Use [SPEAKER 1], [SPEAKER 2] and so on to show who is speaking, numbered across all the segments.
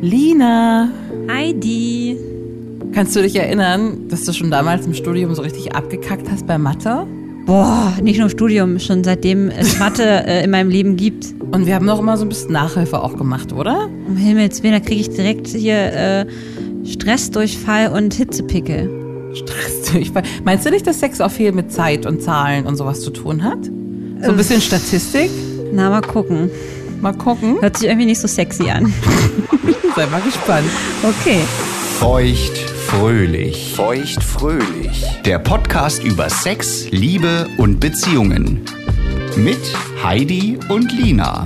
[SPEAKER 1] Lina,
[SPEAKER 2] Heidi.
[SPEAKER 1] kannst du dich erinnern, dass du schon damals im Studium so richtig abgekackt hast bei Mathe?
[SPEAKER 2] Boah, nicht nur im Studium, schon seitdem es Mathe äh, in meinem Leben gibt.
[SPEAKER 1] Und wir haben doch immer so ein bisschen Nachhilfe auch gemacht, oder?
[SPEAKER 2] Um Himmels Willen, da kriege ich direkt hier äh, Stressdurchfall und Hitzepickel.
[SPEAKER 1] Stressdurchfall. Meinst du nicht, dass Sex auch viel mit Zeit und Zahlen und sowas zu tun hat? So ein bisschen Statistik?
[SPEAKER 2] Na, mal gucken.
[SPEAKER 1] Mal gucken.
[SPEAKER 2] Hört sich irgendwie nicht so sexy an.
[SPEAKER 1] Sei mal gespannt.
[SPEAKER 2] Okay.
[SPEAKER 3] Feucht fröhlich.
[SPEAKER 4] Feucht fröhlich.
[SPEAKER 3] Der Podcast über Sex, Liebe und Beziehungen. Mit Heidi und Lina.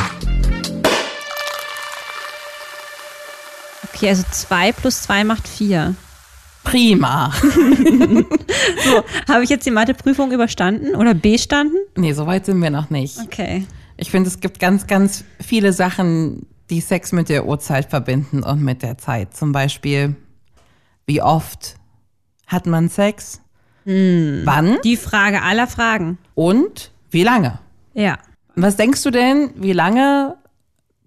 [SPEAKER 2] Okay, also 2 plus 2 macht 4.
[SPEAKER 1] Prima.
[SPEAKER 2] Habe ich jetzt die Matheprüfung überstanden oder bestanden?
[SPEAKER 1] Nee, so weit sind wir noch nicht.
[SPEAKER 2] Okay.
[SPEAKER 1] Ich finde, es gibt ganz, ganz viele Sachen, die Sex mit der Uhrzeit verbinden und mit der Zeit. Zum Beispiel, wie oft hat man Sex? Wann?
[SPEAKER 2] Die Frage aller Fragen.
[SPEAKER 1] Und wie lange?
[SPEAKER 2] Ja.
[SPEAKER 1] Was denkst du denn, wie lange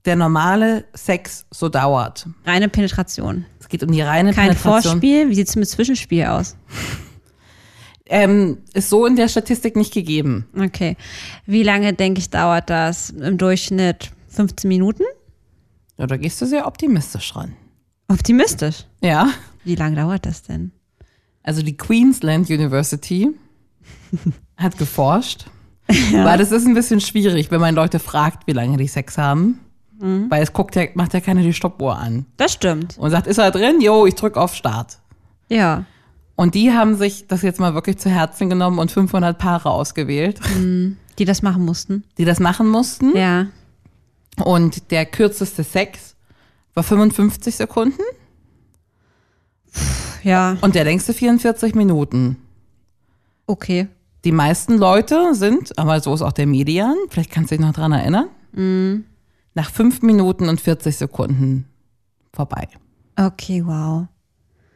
[SPEAKER 1] der normale Sex so dauert?
[SPEAKER 2] Reine Penetration.
[SPEAKER 1] Es geht um die reine
[SPEAKER 2] Kein
[SPEAKER 1] Penetration.
[SPEAKER 2] Vorspiel. Wie sieht es mit Zwischenspiel aus?
[SPEAKER 1] Ähm, ist so in der Statistik nicht gegeben.
[SPEAKER 2] Okay. Wie lange, denke ich, dauert das? Im Durchschnitt 15 Minuten?
[SPEAKER 1] Ja, da gehst du sehr optimistisch ran.
[SPEAKER 2] Optimistisch.
[SPEAKER 1] Ja.
[SPEAKER 2] Wie lange dauert das denn?
[SPEAKER 1] Also die Queensland University hat geforscht. Weil das ist ein bisschen schwierig, wenn man Leute fragt, wie lange die Sex haben.
[SPEAKER 2] Mhm.
[SPEAKER 1] Weil es guckt ja, macht ja keiner die Stoppuhr an.
[SPEAKER 2] Das stimmt.
[SPEAKER 1] Und sagt, ist er drin? Jo, ich drück auf Start.
[SPEAKER 2] Ja.
[SPEAKER 1] Und die haben sich das jetzt mal wirklich zu Herzen genommen und 500 Paare ausgewählt,
[SPEAKER 2] Die das machen mussten.
[SPEAKER 1] die das machen mussten.
[SPEAKER 2] Ja.
[SPEAKER 1] Und der kürzeste Sex war 55 Sekunden
[SPEAKER 2] Ja.
[SPEAKER 1] und der längste 44 Minuten.
[SPEAKER 2] Okay.
[SPEAKER 1] Die meisten Leute sind, aber so ist auch der Median, vielleicht kannst du dich noch dran erinnern, nach fünf Minuten und 40 Sekunden vorbei.
[SPEAKER 2] Okay, wow.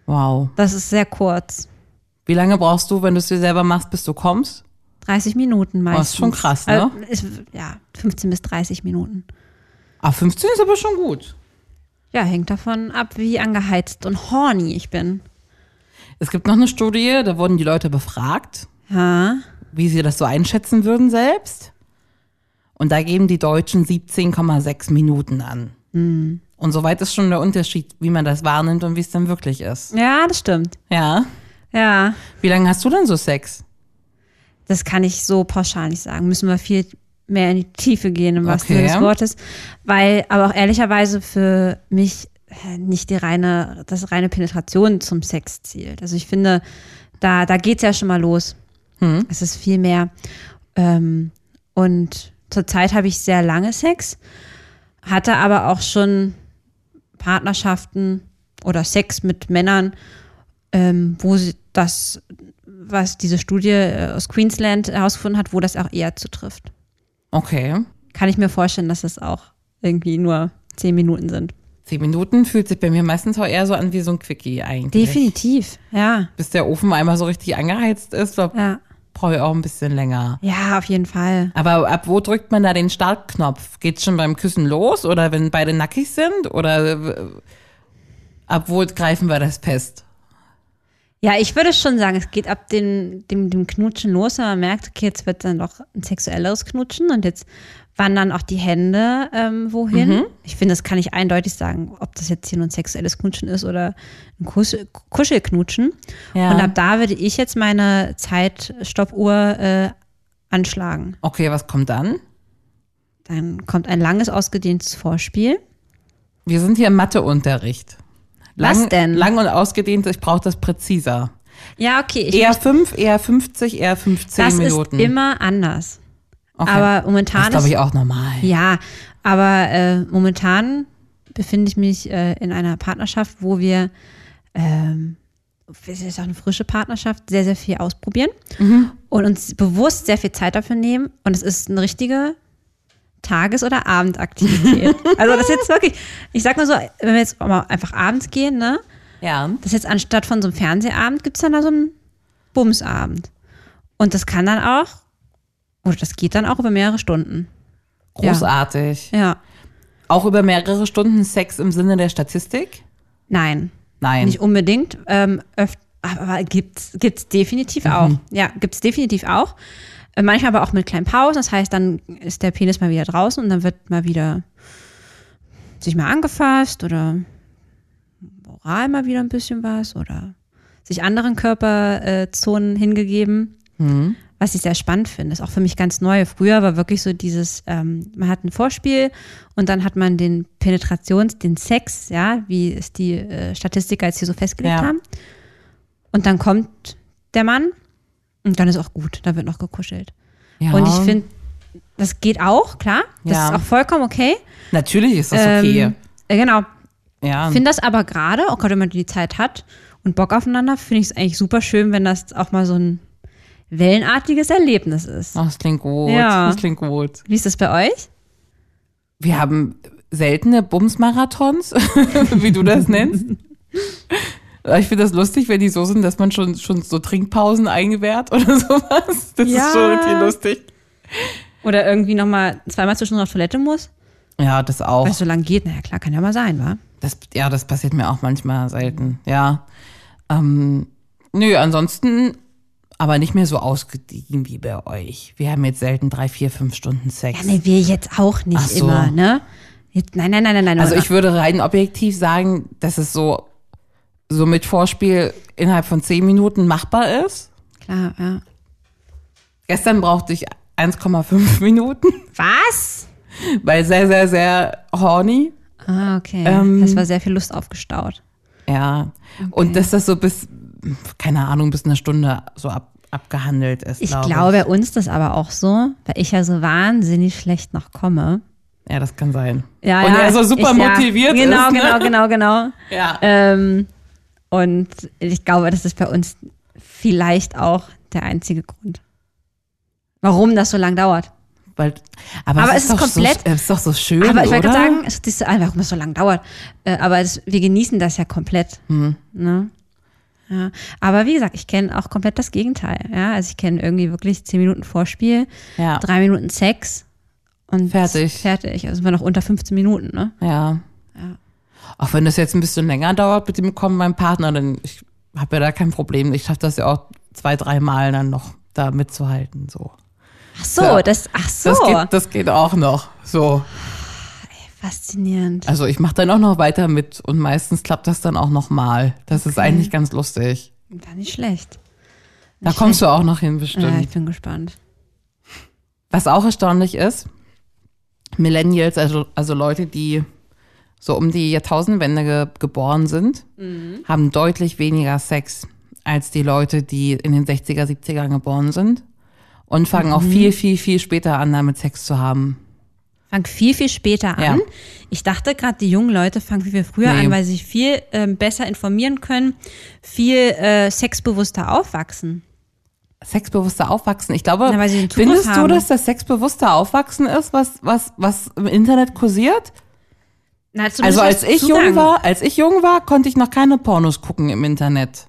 [SPEAKER 1] Wow.
[SPEAKER 2] Das ist sehr kurz.
[SPEAKER 1] Wie lange brauchst du, wenn du es dir selber machst, bis du kommst?
[SPEAKER 2] 30 Minuten meistens.
[SPEAKER 1] ist schon krass, ne?
[SPEAKER 2] Also, ist, ja, 15 bis 30 Minuten.
[SPEAKER 1] Ah, 15 ist aber schon gut.
[SPEAKER 2] Ja, hängt davon ab, wie angeheizt und horny ich bin.
[SPEAKER 1] Es gibt noch eine Studie, da wurden die Leute befragt,
[SPEAKER 2] Ja.
[SPEAKER 1] wie sie das so einschätzen würden selbst. Und da geben die Deutschen 17,6 Minuten an. Und soweit ist schon der Unterschied, wie man das wahrnimmt und wie es dann wirklich ist.
[SPEAKER 2] Ja, das stimmt.
[SPEAKER 1] Ja.
[SPEAKER 2] Ja.
[SPEAKER 1] Wie lange hast du denn so Sex?
[SPEAKER 2] Das kann ich so pauschal nicht sagen. Müssen wir viel mehr in die Tiefe gehen, im wahrsten
[SPEAKER 1] Okay.
[SPEAKER 2] Sinne des Wortes. Weil, aber auch ehrlicherweise für mich äh, nicht die reine, das reine Penetration zum Sex zielt. Also ich finde, da, da geht's ja schon mal los. Es ist viel mehr. Ähm, und zurzeit habe ich sehr lange Sex, hatte aber auch schon Partnerschaften oder Sex mit Männern, ähm, wo sie das was diese Studie äh, aus Queensland herausgefunden hat, wo das auch eher zutrifft.
[SPEAKER 1] Okay.
[SPEAKER 2] Kann ich mir vorstellen, dass das auch irgendwie nur zehn Minuten sind.
[SPEAKER 1] Zehn Minuten fühlt sich bei mir meistens auch eher so an wie so ein Quickie eigentlich.
[SPEAKER 2] Definitiv, ja.
[SPEAKER 1] Bis der Ofen einmal so richtig angeheizt ist, da
[SPEAKER 2] Ja,
[SPEAKER 1] brauche ich auch ein bisschen länger.
[SPEAKER 2] ja auf jeden Fall.
[SPEAKER 1] Aber ab wo drückt man da den Startknopf? Geht's schon beim Küssen los oder wenn beide nackig sind? Oder äh, ab wo greifen wir das fest?
[SPEAKER 2] Ja, ich würde schon sagen, es geht ab dem, dem, dem Knutschen los, wenn man merkt, okay, jetzt wird dann doch ein sexuelleres Knutschen und jetzt wandern auch die Hände ähm, wohin. Ich finde, das kann ich eindeutig sagen, ob das jetzt hier nur ein sexuelles Knutschen ist oder ein Kusch Kuschelknutschen.
[SPEAKER 1] Ja.
[SPEAKER 2] Und ab da würde ich jetzt meine Zeitstoppuhr äh, anschlagen.
[SPEAKER 1] Okay, was kommt dann?
[SPEAKER 2] Dann kommt ein langes, ausgedehntes Vorspiel.
[SPEAKER 1] Wir sind hier im Matheunterricht. Lang,
[SPEAKER 2] Was denn?
[SPEAKER 1] Lang und ausgedehnt, ich brauche das präziser.
[SPEAKER 2] Ja, okay. Ich
[SPEAKER 1] Eher 5, eher 50, eher 15
[SPEAKER 2] das
[SPEAKER 1] Minuten.
[SPEAKER 2] ist immer anders.
[SPEAKER 1] okay.
[SPEAKER 2] Aber momentan
[SPEAKER 1] das ist, glaube
[SPEAKER 2] ist-
[SPEAKER 1] ich, auch normal.
[SPEAKER 2] Ja, aber äh, momentan befinde ich mich äh, in einer Partnerschaft, wo wir, ähm, es ist auch eine frische Partnerschaft, sehr, sehr viel ausprobieren und uns bewusst sehr viel Zeit dafür nehmen. Und es ist eine richtige Tages- oder Abendaktivität. also das ist jetzt wirklich, ich sag mal so, wenn wir jetzt mal einfach abends gehen, ne?
[SPEAKER 1] Ja.
[SPEAKER 2] Das ist jetzt anstatt von so einem Fernsehabend gibt's dann da so einen Bumsabend. Und das kann dann auch, oder das geht dann auch über mehrere Stunden.
[SPEAKER 1] Großartig.
[SPEAKER 2] Ja.
[SPEAKER 1] Auch über mehrere Stunden Sex im Sinne der Statistik?
[SPEAKER 2] Nein.
[SPEAKER 1] Nein.
[SPEAKER 2] Nicht unbedingt. Ähm, öf- aber gibt's gibt's definitiv auch. Ja, gibt's definitiv auch. Äh, Manchmal aber auch mit kleinen Pausen. Das heißt, dann ist der Penis mal wieder draußen und dann wird mal wieder sich mal angefasst oder oral mal wieder ein bisschen was oder sich anderen Körperzonen äh, Zonen hingegeben.
[SPEAKER 1] Mhm.
[SPEAKER 2] Was ich sehr spannend finde, ist auch für mich ganz neu. Früher war wirklich so dieses, ähm, man hat ein Vorspiel und dann hat man den Penetrations, den Sex, ja, wie es die äh, Statistiker jetzt hier so festgelegt
[SPEAKER 1] Ja.
[SPEAKER 2] haben. Und dann kommt der Mann und dann ist auch gut, da wird noch gekuschelt.
[SPEAKER 1] Ja.
[SPEAKER 2] Und ich finde, das geht auch, klar. Das
[SPEAKER 1] Ja.
[SPEAKER 2] ist auch vollkommen okay.
[SPEAKER 1] Natürlich ist das okay.
[SPEAKER 2] Ähm, äh, genau.
[SPEAKER 1] ja.
[SPEAKER 2] Finde das aber gerade, auch gerade wenn man die Zeit hat und Bock aufeinander, finde ich es eigentlich super schön, wenn das auch mal so ein wellenartiges Erlebnis ist.
[SPEAKER 1] Ach, das klingt gut.
[SPEAKER 2] Ja.
[SPEAKER 1] Das klingt gut.
[SPEAKER 2] Wie ist das bei euch?
[SPEAKER 1] Wir haben seltene Bumsmarathons, wie du das nennst. Ich finde das lustig, wenn die so sind, dass man schon, schon so Trinkpausen eingewährt oder sowas. Das
[SPEAKER 2] Ja.
[SPEAKER 1] ist schon richtig lustig.
[SPEAKER 2] Oder irgendwie nochmal zweimal zwischendurch auf Toilette muss?
[SPEAKER 1] Ja, das auch.
[SPEAKER 2] Weil es so lang geht, naja klar, kann ja mal sein, wa?
[SPEAKER 1] Also, Das, ja, das passiert mir auch manchmal selten. Ja. Ähm, nö, ansonsten aber nicht mehr so ausgediehen wie bei euch. Wir haben jetzt selten drei, vier, fünf Stunden Sex.
[SPEAKER 2] Ja, nee, wir jetzt auch nicht
[SPEAKER 1] Ach so.
[SPEAKER 2] immer, ne? Jetzt, nein, nein, nein, nein, nein.
[SPEAKER 1] Also ich würde rein objektiv sagen, dass es so, so mit Vorspiel innerhalb von zehn Minuten machbar ist.
[SPEAKER 2] Klar, ja.
[SPEAKER 1] Gestern brauchte ich 1,5 Minuten,
[SPEAKER 2] Was?
[SPEAKER 1] weil sehr, sehr, sehr horny.
[SPEAKER 2] Ah, okay.
[SPEAKER 1] Ähm.
[SPEAKER 2] das war sehr viel Lust aufgestaut.
[SPEAKER 1] Ja. Und dass das so bis, keine Ahnung, bis eine Stunde so ab, abgehandelt ist.
[SPEAKER 2] Ich
[SPEAKER 1] glaube
[SPEAKER 2] glaube, bei uns das aber auch so, weil ich ja so wahnsinnig schlecht noch komme.
[SPEAKER 1] Ja, das kann sein.
[SPEAKER 2] Ja,
[SPEAKER 1] Und
[SPEAKER 2] ja,
[SPEAKER 1] er so super
[SPEAKER 2] ich, ja,
[SPEAKER 1] motiviert
[SPEAKER 2] genau,
[SPEAKER 1] ist.
[SPEAKER 2] Genau,
[SPEAKER 1] Ne?
[SPEAKER 2] genau, genau,
[SPEAKER 1] Ja.
[SPEAKER 2] Ähm, und ich glaube, das ist bei uns vielleicht auch der einzige Grund, warum das so lang dauert.
[SPEAKER 1] Weil, aber,
[SPEAKER 2] aber
[SPEAKER 1] es ist,
[SPEAKER 2] es ist
[SPEAKER 1] doch
[SPEAKER 2] komplett-
[SPEAKER 1] So, es ist doch so schön,
[SPEAKER 2] aber ich
[SPEAKER 1] oder?
[SPEAKER 2] wollte gerade sagen, es ist so, ah, warum es so lang dauert. Äh, aber es, wir genießen das ja komplett. Ne? Ja. Aber wie gesagt, ich kenne auch komplett das Gegenteil. Ja? Also ich kenne irgendwie wirklich zehn Minuten Vorspiel,
[SPEAKER 1] ja.
[SPEAKER 2] drei Minuten Sex und
[SPEAKER 1] Fertig.
[SPEAKER 2] Fertig. Also sind wir noch unter 15 Minuten, ne?
[SPEAKER 1] ja. Auch wenn das jetzt ein bisschen länger dauert mit dem Kommen meinem Partner, dann ich habe ja da kein Problem. Ich schaffe das ja auch zwei, dreimal dann noch da mitzuhalten. So.
[SPEAKER 2] Ach so,
[SPEAKER 1] Ja.
[SPEAKER 2] das, ach so.
[SPEAKER 1] Das, geht, das geht auch noch. So.
[SPEAKER 2] Faszinierend.
[SPEAKER 1] Also ich mache dann auch noch weiter mit und meistens klappt das dann auch nochmal. Das ist eigentlich ganz lustig.
[SPEAKER 2] War nicht schlecht.
[SPEAKER 1] Da kommst du auch noch hin, bestimmt.
[SPEAKER 2] Ja, ich bin gespannt.
[SPEAKER 1] Was auch erstaunlich ist, Millennials, also, also Leute, die so um die Jahrtausendwende ge geboren sind,
[SPEAKER 2] Mhm.
[SPEAKER 1] haben deutlich weniger Sex als die Leute, die in den 60er, 70ern geboren sind und fangen auch
[SPEAKER 2] Mhm.
[SPEAKER 1] viel, viel, viel später an, damit Sex zu haben.
[SPEAKER 2] Fangt viel, viel später an.
[SPEAKER 1] Ja.
[SPEAKER 2] Ich dachte gerade, die jungen Leute fangen viel, viel früher
[SPEAKER 1] Nee.
[SPEAKER 2] an, weil sie sich viel ähm, besser informieren können, viel äh, sexbewusster aufwachsen.
[SPEAKER 1] Sexbewusster aufwachsen. Ich glaube,
[SPEAKER 2] Na, weil sie den Zugriff
[SPEAKER 1] findest du,
[SPEAKER 2] haben.
[SPEAKER 1] dass das sexbewusster aufwachsen ist, was, was, was im Internet kursiert?
[SPEAKER 2] Na, zumindest
[SPEAKER 1] Also als
[SPEAKER 2] was
[SPEAKER 1] ich
[SPEAKER 2] Zugang.
[SPEAKER 1] jung war, als ich jung war, konnte ich noch keine Pornos gucken im Internet.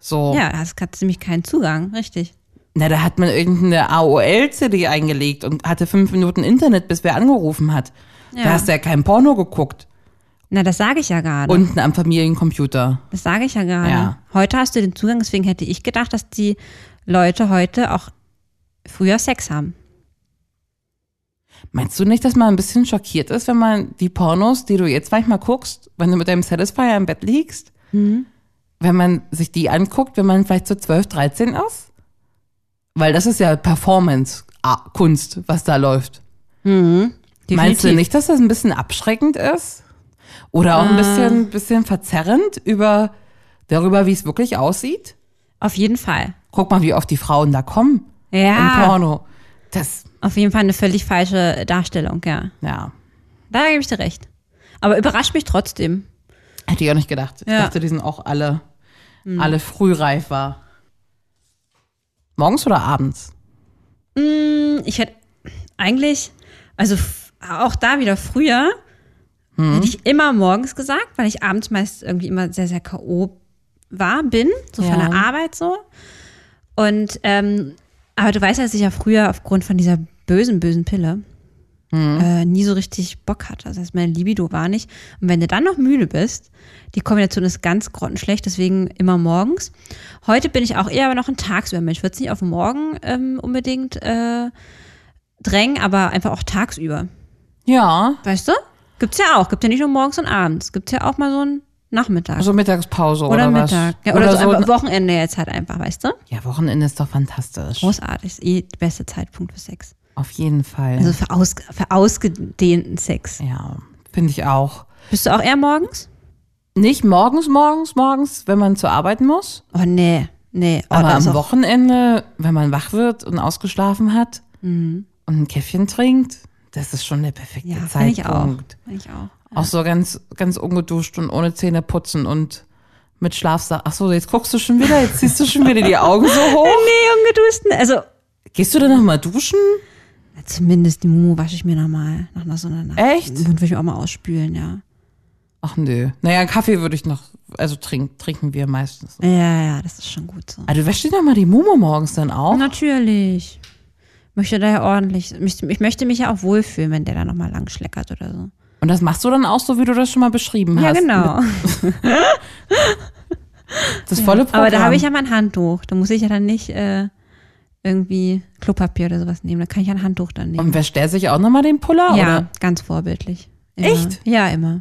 [SPEAKER 1] So.
[SPEAKER 2] Ja, hast gerade ziemlich keinen Zugang, richtig.
[SPEAKER 1] Na, da hat man irgendeine AOL-CD eingelegt und hatte fünf Minuten Internet, bis wer angerufen hat. Da
[SPEAKER 2] Ja.
[SPEAKER 1] hast du ja kein Porno geguckt.
[SPEAKER 2] Na, das sage ich ja gerade.
[SPEAKER 1] Unten am Familiencomputer.
[SPEAKER 2] Das sage ich ja gerade.
[SPEAKER 1] Ja.
[SPEAKER 2] Heute hast du den Zugang, deswegen hätte ich gedacht, dass die Leute heute auch früher Sex haben.
[SPEAKER 1] Meinst du nicht, dass man ein bisschen schockiert ist, wenn man die Pornos, die du jetzt manchmal guckst, wenn du mit deinem Satisfier im Bett liegst, wenn man sich die anguckt, wenn man vielleicht so 12, 13 ist? Weil das ist ja Performance-Kunst, was da läuft. Meinst du
[SPEAKER 2] Definitiv. Äh.
[SPEAKER 1] nicht, dass das ein bisschen abschreckend ist? Oder auch ein bisschen, bisschen verzerrend über, darüber, wie es wirklich aussieht?
[SPEAKER 2] Auf jeden Fall.
[SPEAKER 1] Guck mal, wie oft die Frauen da kommen im
[SPEAKER 2] Ja,
[SPEAKER 1] Porno. Das,
[SPEAKER 2] auf jeden Fall eine völlig falsche Darstellung, ja.
[SPEAKER 1] ja,
[SPEAKER 2] Da gebe ich dir recht. Aber überrascht mich trotzdem.
[SPEAKER 1] hätte ich auch nicht gedacht. Ich
[SPEAKER 2] Ja. Hm.
[SPEAKER 1] dachte, die sind auch alle, alle frühreif war. Morgens oder abends?
[SPEAKER 2] Hm, Ich hätte eigentlich, also f- auch da wieder früher, hätte ich immer morgens gesagt, weil ich abends meist irgendwie immer sehr, sehr K.O. war, bin, so von
[SPEAKER 1] Ja.
[SPEAKER 2] der Arbeit so. Und, ähm, aber du weißt, dass ich ja früher aufgrund von dieser bösen, bösen Pille äh, nie so richtig Bock hatte. Das heißt, meine Libido war nicht. Und wenn du dann noch müde bist, die Kombination ist ganz grottenschlecht, deswegen immer morgens. Heute bin ich auch eher aber noch ein Tagsübermensch. Ich würde es nicht auf morgen ähm, unbedingt äh, drängen, aber einfach auch tagsüber.
[SPEAKER 1] Ja,
[SPEAKER 2] Weißt du? Gibt's ja auch. Gibt ja nicht nur morgens und abends. Gibt's ja auch mal so einen Nachmittag.
[SPEAKER 1] also Mittagspause oder,
[SPEAKER 2] oder,
[SPEAKER 1] was?
[SPEAKER 2] Mittag. Ja, oder,
[SPEAKER 1] oder,
[SPEAKER 2] so,
[SPEAKER 1] so.
[SPEAKER 2] einfach Wochenende jetzt halt einfach, weißt du?
[SPEAKER 1] ja, Wochenende ist doch fantastisch.
[SPEAKER 2] Großartig. Ist eh der beste Zeitpunkt für Sex.
[SPEAKER 1] Auf jeden Fall.
[SPEAKER 2] Also für, aus, für ausgedehnten Sex.
[SPEAKER 1] ja, finde ich auch.
[SPEAKER 2] Bist du auch eher morgens?
[SPEAKER 1] Nicht morgens, morgens, morgens, wenn man zu arbeiten muss,
[SPEAKER 2] Oh, nee. Nee. Oh,
[SPEAKER 1] aber
[SPEAKER 2] das ist
[SPEAKER 1] am
[SPEAKER 2] auch-
[SPEAKER 1] Wochenende, wenn man wach wird und ausgeschlafen hat und ein Käffchen trinkt, das ist schon der perfekte
[SPEAKER 2] Mhm. Ja, finde ich auch.
[SPEAKER 1] Zeitpunkt.
[SPEAKER 2] Finde ich auch.
[SPEAKER 1] Auch so ganz, ganz ungeduscht und ohne Zähne putzen und mit Schlafsack. Ach so, jetzt guckst du schon wieder, jetzt ziehst du schon wieder die Augen so hoch.
[SPEAKER 2] Oh, Nee, ungeduschten. Also,
[SPEAKER 1] Gehst du dann nochmal duschen?
[SPEAKER 2] zumindest die Mumu wasche ich mir nochmal nach einer so einer Nacht.
[SPEAKER 1] Echt?
[SPEAKER 2] Den Mund würde ich mir auch mal ausspülen, ja.
[SPEAKER 1] Ach nö. Naja, Kaffee würde ich noch, also trink, trinken wir meistens.
[SPEAKER 2] Ja, ja, das ist schon gut so.
[SPEAKER 1] Ah, du wäschst dir doch mal die Mumu morgens dann auch?
[SPEAKER 2] Natürlich. Möchte da ja ordentlich. Ich, ich möchte mich ja auch wohlfühlen, wenn der da nochmal lang schleckert oder so.
[SPEAKER 1] Und das machst du dann auch so, wie du das schon mal beschrieben
[SPEAKER 2] Ja,
[SPEAKER 1] hast.
[SPEAKER 2] genau.
[SPEAKER 1] Das volle Programm.
[SPEAKER 2] Aber da habe ich ja mein Handtuch. Da muss ich ja dann nicht äh, irgendwie Klopapier oder sowas nehmen. Da kann ich ja ein Handtuch dann nehmen.
[SPEAKER 1] Und wäscht der sich auch nochmal den Puller?
[SPEAKER 2] ja,
[SPEAKER 1] Oder?
[SPEAKER 2] ganz vorbildlich. Immer.
[SPEAKER 1] Echt?
[SPEAKER 2] Ja, immer.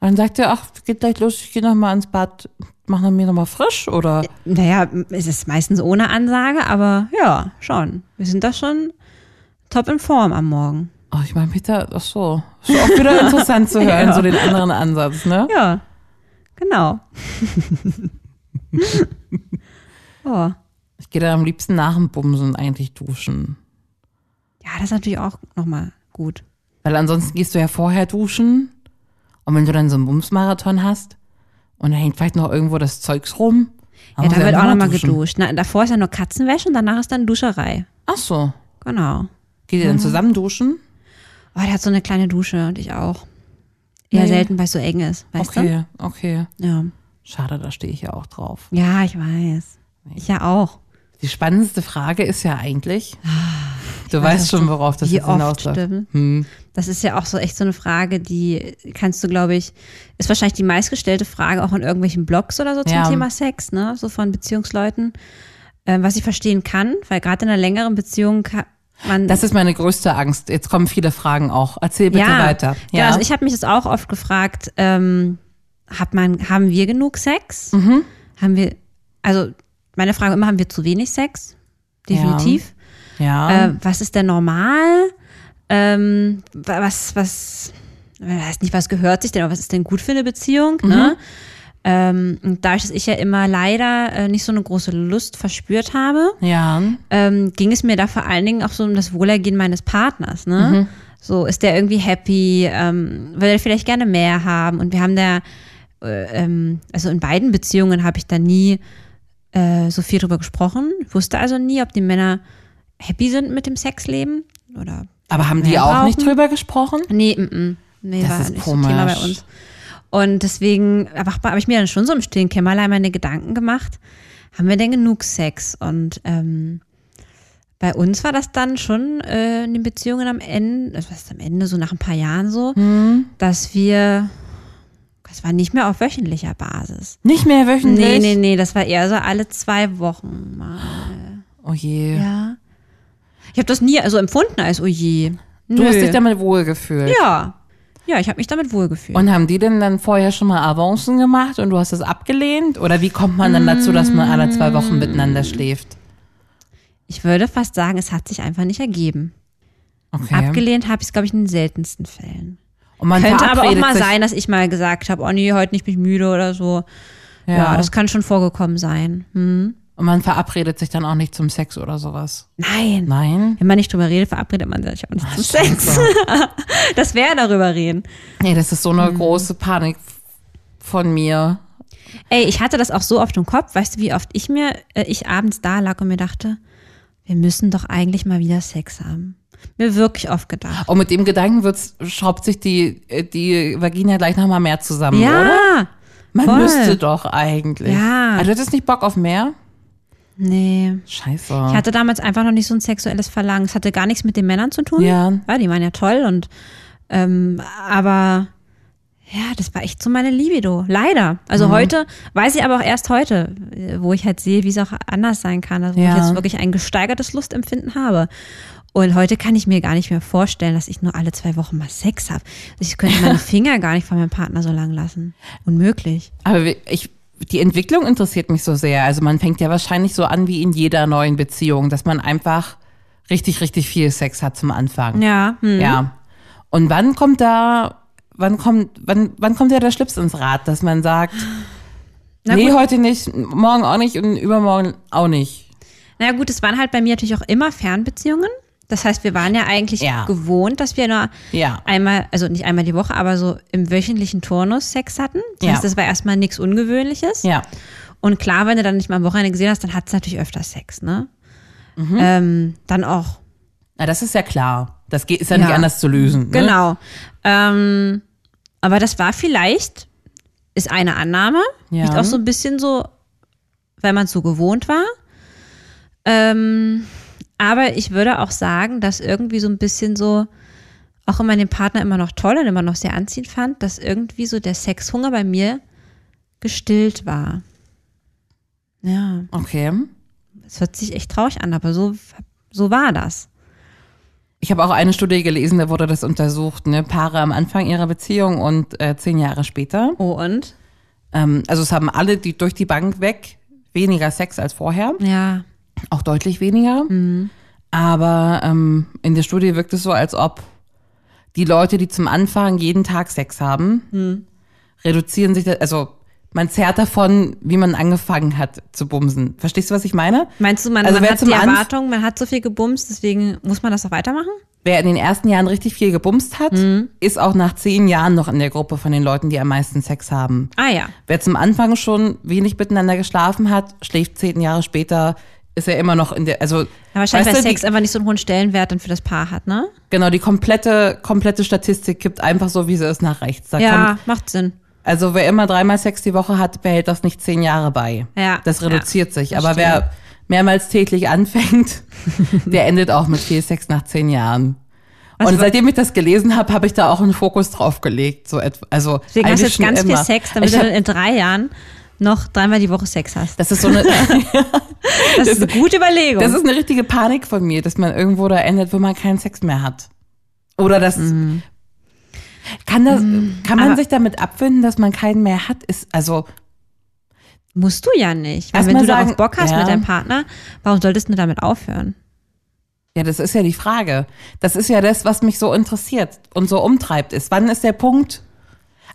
[SPEAKER 1] Dann sagt er, ach, geht gleich los, ich gehe nochmal ins Bad, mach noch mir nochmal frisch, oder?
[SPEAKER 2] Naja, es ist meistens ohne Ansage, aber ja, schon. Wir sind da schon top in Form am Morgen.
[SPEAKER 1] Ach, ich meine, Peter, ach so. Ist auch wieder interessant zu hören, so den anderen Ansatz, ne?
[SPEAKER 2] Ja, genau. oh.
[SPEAKER 1] Ich gehe dann am liebsten nach dem Bumsen eigentlich duschen.
[SPEAKER 2] Ja, das ist natürlich auch nochmal gut.
[SPEAKER 1] Weil ansonsten gehst du ja vorher duschen. Und wenn du dann so einen Bumsmarathon hast und da hängt vielleicht noch irgendwo das Zeugs rum. dann
[SPEAKER 2] Ja,
[SPEAKER 1] musst
[SPEAKER 2] da
[SPEAKER 1] du
[SPEAKER 2] wird auch
[SPEAKER 1] noch
[SPEAKER 2] nochmal
[SPEAKER 1] duschen.
[SPEAKER 2] geduscht. Na, davor ist ja nur Katzenwäsche und danach ist dann Duscherei.
[SPEAKER 1] Ach so.
[SPEAKER 2] Genau.
[SPEAKER 1] Geht ihr dann zusammen duschen?
[SPEAKER 2] Oh, der hat so eine kleine Dusche und ich auch. Eher
[SPEAKER 1] Nee.
[SPEAKER 2] selten, weil es so eng ist, weißt
[SPEAKER 1] Okay, okay.
[SPEAKER 2] du? Ja.
[SPEAKER 1] Schade, da stehe ich ja auch drauf.
[SPEAKER 2] ja, ich weiß. Ich ja auch.
[SPEAKER 1] Die spannendste Frage ist ja eigentlich,
[SPEAKER 2] Ah,
[SPEAKER 1] du weißt schon, worauf das
[SPEAKER 2] Wie
[SPEAKER 1] jetzt
[SPEAKER 2] oft
[SPEAKER 1] hinausläuft.
[SPEAKER 2] stimmt.
[SPEAKER 1] Hm.
[SPEAKER 2] Das ist ja auch so echt so eine Frage, die kannst du, glaube ich, ist wahrscheinlich die meistgestellte Frage auch in irgendwelchen Blogs oder so zum
[SPEAKER 1] Ja.
[SPEAKER 2] Thema Sex, ne? So von Beziehungsleuten. Ähm, was ich verstehen kann, weil gerade in einer längeren Beziehung kann man
[SPEAKER 1] Das ist meine größte Angst. Jetzt kommen viele Fragen auch. Erzähl bitte weiter.
[SPEAKER 2] Ja, also ich habe mich das auch oft gefragt, ähm, hat man, haben wir genug Sex?
[SPEAKER 1] Mhm.
[SPEAKER 2] Haben wir, also meine Frage immer, haben wir zu wenig Sex? Definitiv.
[SPEAKER 1] ja.
[SPEAKER 2] Äh, was ist denn normal? Ähm, wa- was, was, ich weiß nicht, was gehört sich denn, aber was ist denn gut für eine Beziehung?
[SPEAKER 1] Mhm.
[SPEAKER 2] Ne? Ähm, und dadurch, dass ich ja immer leider äh, nicht so eine große Lust verspürt habe,
[SPEAKER 1] ja.
[SPEAKER 2] ähm, ging es mir da vor allen Dingen auch so um das Wohlergehen meines Partners. Ne? So, ist der irgendwie happy? Ähm, will er vielleicht gerne mehr haben? Und wir haben da, äh, ähm, also in beiden Beziehungen habe ich da nie äh, so viel drüber gesprochen. Wusste also nie, ob die Männer happy sind mit dem Sexleben oder
[SPEAKER 1] Aber haben die
[SPEAKER 2] Mehr
[SPEAKER 1] auch nicht
[SPEAKER 2] brauchen?
[SPEAKER 1] drüber gesprochen?
[SPEAKER 2] Nee, mm, mm. nee
[SPEAKER 1] Das
[SPEAKER 2] war
[SPEAKER 1] ist
[SPEAKER 2] nicht
[SPEAKER 1] komisch.
[SPEAKER 2] so Thema bei uns. Und deswegen habe hab ich mir dann schon so im stillen Kämmerlein meine Gedanken gemacht, haben wir denn genug Sex? Und ähm, bei uns war das dann schon äh, in den Beziehungen am Ende, also was ist am Ende, so nach ein paar Jahren so,
[SPEAKER 1] Mhm.
[SPEAKER 2] dass wir, das war nicht mehr auf wöchentlicher Basis.
[SPEAKER 1] Nicht mehr wöchentlich?
[SPEAKER 2] Nee, nee, nee, das war eher so alle zwei Wochen mal.
[SPEAKER 1] Oh je.
[SPEAKER 2] Ja. Ich habe das nie so empfunden als, oh je.
[SPEAKER 1] Du hast
[SPEAKER 2] Nö.
[SPEAKER 1] dich damit wohlgefühlt.
[SPEAKER 2] Ja. Ja, ich habe mich damit wohlgefühlt.
[SPEAKER 1] Und haben die denn dann vorher schon mal Avancen gemacht und du hast das abgelehnt? Oder wie kommt man dann dazu, dass man alle zwei Wochen miteinander
[SPEAKER 2] Mm.
[SPEAKER 1] schläft?
[SPEAKER 2] ich würde fast sagen, es hat sich einfach nicht ergeben.
[SPEAKER 1] Okay.
[SPEAKER 2] Abgelehnt habe ich es, glaube ich, in den seltensten Fällen.
[SPEAKER 1] und man
[SPEAKER 2] Könnte aber auch
[SPEAKER 1] verabredet
[SPEAKER 2] mal
[SPEAKER 1] sich-
[SPEAKER 2] sein, dass ich mal gesagt habe, oh nee, heute nicht bin ich müde oder so.
[SPEAKER 1] Ja.
[SPEAKER 2] Ja, das kann schon vorgekommen sein. Hm.
[SPEAKER 1] Und man verabredet sich dann auch nicht zum Sex oder sowas.
[SPEAKER 2] Nein.
[SPEAKER 1] Nein?
[SPEAKER 2] Wenn man nicht drüber redet, verabredet man sich auch nicht zum Sex. Das wäre darüber reden.
[SPEAKER 1] Nee, das ist so
[SPEAKER 2] Mhm.
[SPEAKER 1] eine große Panik von mir.
[SPEAKER 2] Ey, ich hatte das auch so oft im Kopf. Weißt du, wie oft ich mir, äh, ich abends da lag und mir dachte, wir müssen doch eigentlich mal wieder Sex haben. Mir wirklich oft gedacht.
[SPEAKER 1] Und mit dem Gedanken wird's, schraubt sich die, äh, die Vagina gleich nochmal mehr zusammen, oder?
[SPEAKER 2] ja.
[SPEAKER 1] Man
[SPEAKER 2] voll.
[SPEAKER 1] müsste doch eigentlich.
[SPEAKER 2] Ja.
[SPEAKER 1] Also, du hättest nicht Bock auf mehr?
[SPEAKER 2] Nee.
[SPEAKER 1] Scheiße.
[SPEAKER 2] Ich hatte damals einfach noch nicht so ein sexuelles Verlangen. Es hatte gar nichts mit den Männern zu tun.
[SPEAKER 1] Ja.
[SPEAKER 2] ja die waren ja toll und ähm, aber ja, das war echt so meine Libido. Leider.
[SPEAKER 1] Mhm.
[SPEAKER 2] Also heute, weiß ich aber auch erst heute, äh, wo ich halt sehe, wie es auch anders sein kann. Also wo
[SPEAKER 1] Ja.
[SPEAKER 2] ich jetzt wirklich ein gesteigertes Lustempfinden habe. Und heute kann ich mir gar nicht mehr vorstellen, dass ich nur alle zwei Wochen mal Sex habe. Ich könnte meine Finger gar nicht von meinem Partner so lang lassen. Unmöglich.
[SPEAKER 1] Aber wie- ich, die Entwicklung interessiert mich so sehr. Also man fängt ja wahrscheinlich so an wie in jeder neuen Beziehung, dass man einfach richtig, richtig viel Sex hat zum Anfang.
[SPEAKER 2] Ja. Hm.
[SPEAKER 1] Ja. Und wann kommt da, wann kommt, wann, wann kommt ja der Schlips ins Rad, dass man sagt,
[SPEAKER 2] Na
[SPEAKER 1] nee,
[SPEAKER 2] gut.
[SPEAKER 1] heute nicht, morgen auch nicht und übermorgen auch nicht.
[SPEAKER 2] Naja gut, es waren halt bei mir natürlich auch immer Fernbeziehungen. Das heißt, wir waren ja eigentlich
[SPEAKER 1] Ja.
[SPEAKER 2] gewohnt, dass wir nur
[SPEAKER 1] Ja.
[SPEAKER 2] einmal, also nicht einmal die Woche, aber so im wöchentlichen Turnus Sex hatten. Das
[SPEAKER 1] Ja.
[SPEAKER 2] heißt, das war erstmal nichts Ungewöhnliches.
[SPEAKER 1] Ja.
[SPEAKER 2] Und klar, wenn du dann nicht mal am Wochenende gesehen hast, dann hat's natürlich öfter Sex, ne?
[SPEAKER 1] Mhm.
[SPEAKER 2] Ähm, dann auch.
[SPEAKER 1] Na, das ist ja klar. Das geht, ist ja,
[SPEAKER 2] Ja.
[SPEAKER 1] nicht anders zu lösen. Ne?
[SPEAKER 2] Genau. Ähm, aber das war vielleicht, ist eine Annahme,
[SPEAKER 1] Ja.
[SPEAKER 2] vielleicht auch so ein bisschen so, weil man es so gewohnt war. Ähm, aber ich würde auch sagen, dass irgendwie so ein bisschen so, auch immer den Partner immer noch toll und immer noch sehr anziehend fand, dass irgendwie so der Sexhunger bei mir gestillt war. Ja,
[SPEAKER 1] Okay.
[SPEAKER 2] es hört sich echt traurig an, aber so, so war das.
[SPEAKER 1] Ich habe auch eine Studie gelesen, da wurde das untersucht, ne? Paare am Anfang ihrer Beziehung und äh, zehn Jahre später.
[SPEAKER 2] Oh, und?
[SPEAKER 1] Ähm, also es haben alle die durch die Bank weg weniger Sex als vorher,
[SPEAKER 2] Ja,
[SPEAKER 1] auch deutlich weniger.
[SPEAKER 2] Mhm.
[SPEAKER 1] Aber ähm, in der Studie wirkt es so, als ob die Leute, die zum Anfang jeden Tag Sex haben,
[SPEAKER 2] Mhm.
[SPEAKER 1] reduzieren sich, da- also man zerrt davon, wie man angefangen hat zu bumsen. Verstehst du, was ich meine?
[SPEAKER 2] Meinst du, man,
[SPEAKER 1] Also
[SPEAKER 2] man
[SPEAKER 1] wer
[SPEAKER 2] hat
[SPEAKER 1] zum
[SPEAKER 2] die
[SPEAKER 1] Anf-
[SPEAKER 2] Erwartung, man hat so viel gebumst, deswegen muss man das auch weitermachen?
[SPEAKER 1] Wer in den ersten Jahren richtig viel gebumst hat,
[SPEAKER 2] Mhm.
[SPEAKER 1] ist auch nach zehn Jahren noch in der Gruppe von den Leuten, die am meisten Sex haben.
[SPEAKER 2] Ah ja.
[SPEAKER 1] Wer zum Anfang schon wenig miteinander geschlafen hat, schläft zehn Jahre später, ist er immer noch in der, also
[SPEAKER 2] Ja, wahrscheinlich,
[SPEAKER 1] weißt
[SPEAKER 2] weil
[SPEAKER 1] du,
[SPEAKER 2] Sex
[SPEAKER 1] die,
[SPEAKER 2] einfach nicht so einen hohen Stellenwert dann für das Paar hat, ne?
[SPEAKER 1] genau die komplette komplette Statistik kippt einfach so, wie sie ist nach rechts. Da
[SPEAKER 2] ja,
[SPEAKER 1] kommt,
[SPEAKER 2] macht Sinn.
[SPEAKER 1] also wer immer dreimal Sex die Woche hat, behält das nicht zehn Jahre bei.
[SPEAKER 2] Ja,
[SPEAKER 1] das
[SPEAKER 2] ja,
[SPEAKER 1] reduziert sich. Aber
[SPEAKER 2] verstehe.
[SPEAKER 1] wer mehrmals täglich anfängt, der endet auch mit viel Sex nach zehn Jahren. Und
[SPEAKER 2] wa-
[SPEAKER 1] seitdem ich das gelesen habe, habe ich da auch einen Fokus drauf gelegt. So etwa, also
[SPEAKER 2] Deswegen hast
[SPEAKER 1] eigentlich
[SPEAKER 2] du jetzt
[SPEAKER 1] schon
[SPEAKER 2] ganz
[SPEAKER 1] immer.
[SPEAKER 2] viel Sex, damit
[SPEAKER 1] ich
[SPEAKER 2] du
[SPEAKER 1] hab,
[SPEAKER 2] dann in drei Jahren noch dreimal die Woche Sex hast.
[SPEAKER 1] das ist so eine
[SPEAKER 2] Das, ist eine gute Überlegung.
[SPEAKER 1] Das ist eine richtige Panik von mir, dass man irgendwo da endet, wo man keinen Sex mehr hat. Oder das. Kann, das, kann man
[SPEAKER 2] Mhm. aber-
[SPEAKER 1] sich damit abfinden, dass man keinen mehr hat? Ist, also,
[SPEAKER 2] Musst du ja nicht. Weil
[SPEAKER 1] Erst
[SPEAKER 2] wenn
[SPEAKER 1] mal
[SPEAKER 2] du
[SPEAKER 1] sagen,
[SPEAKER 2] darauf Bock hast
[SPEAKER 1] ja.
[SPEAKER 2] mit deinem Partner, warum solltest du damit aufhören?
[SPEAKER 1] ja, das ist ja die Frage. Das ist ja das, was mich so interessiert und so umtreibt, ist, wann ist der Punkt?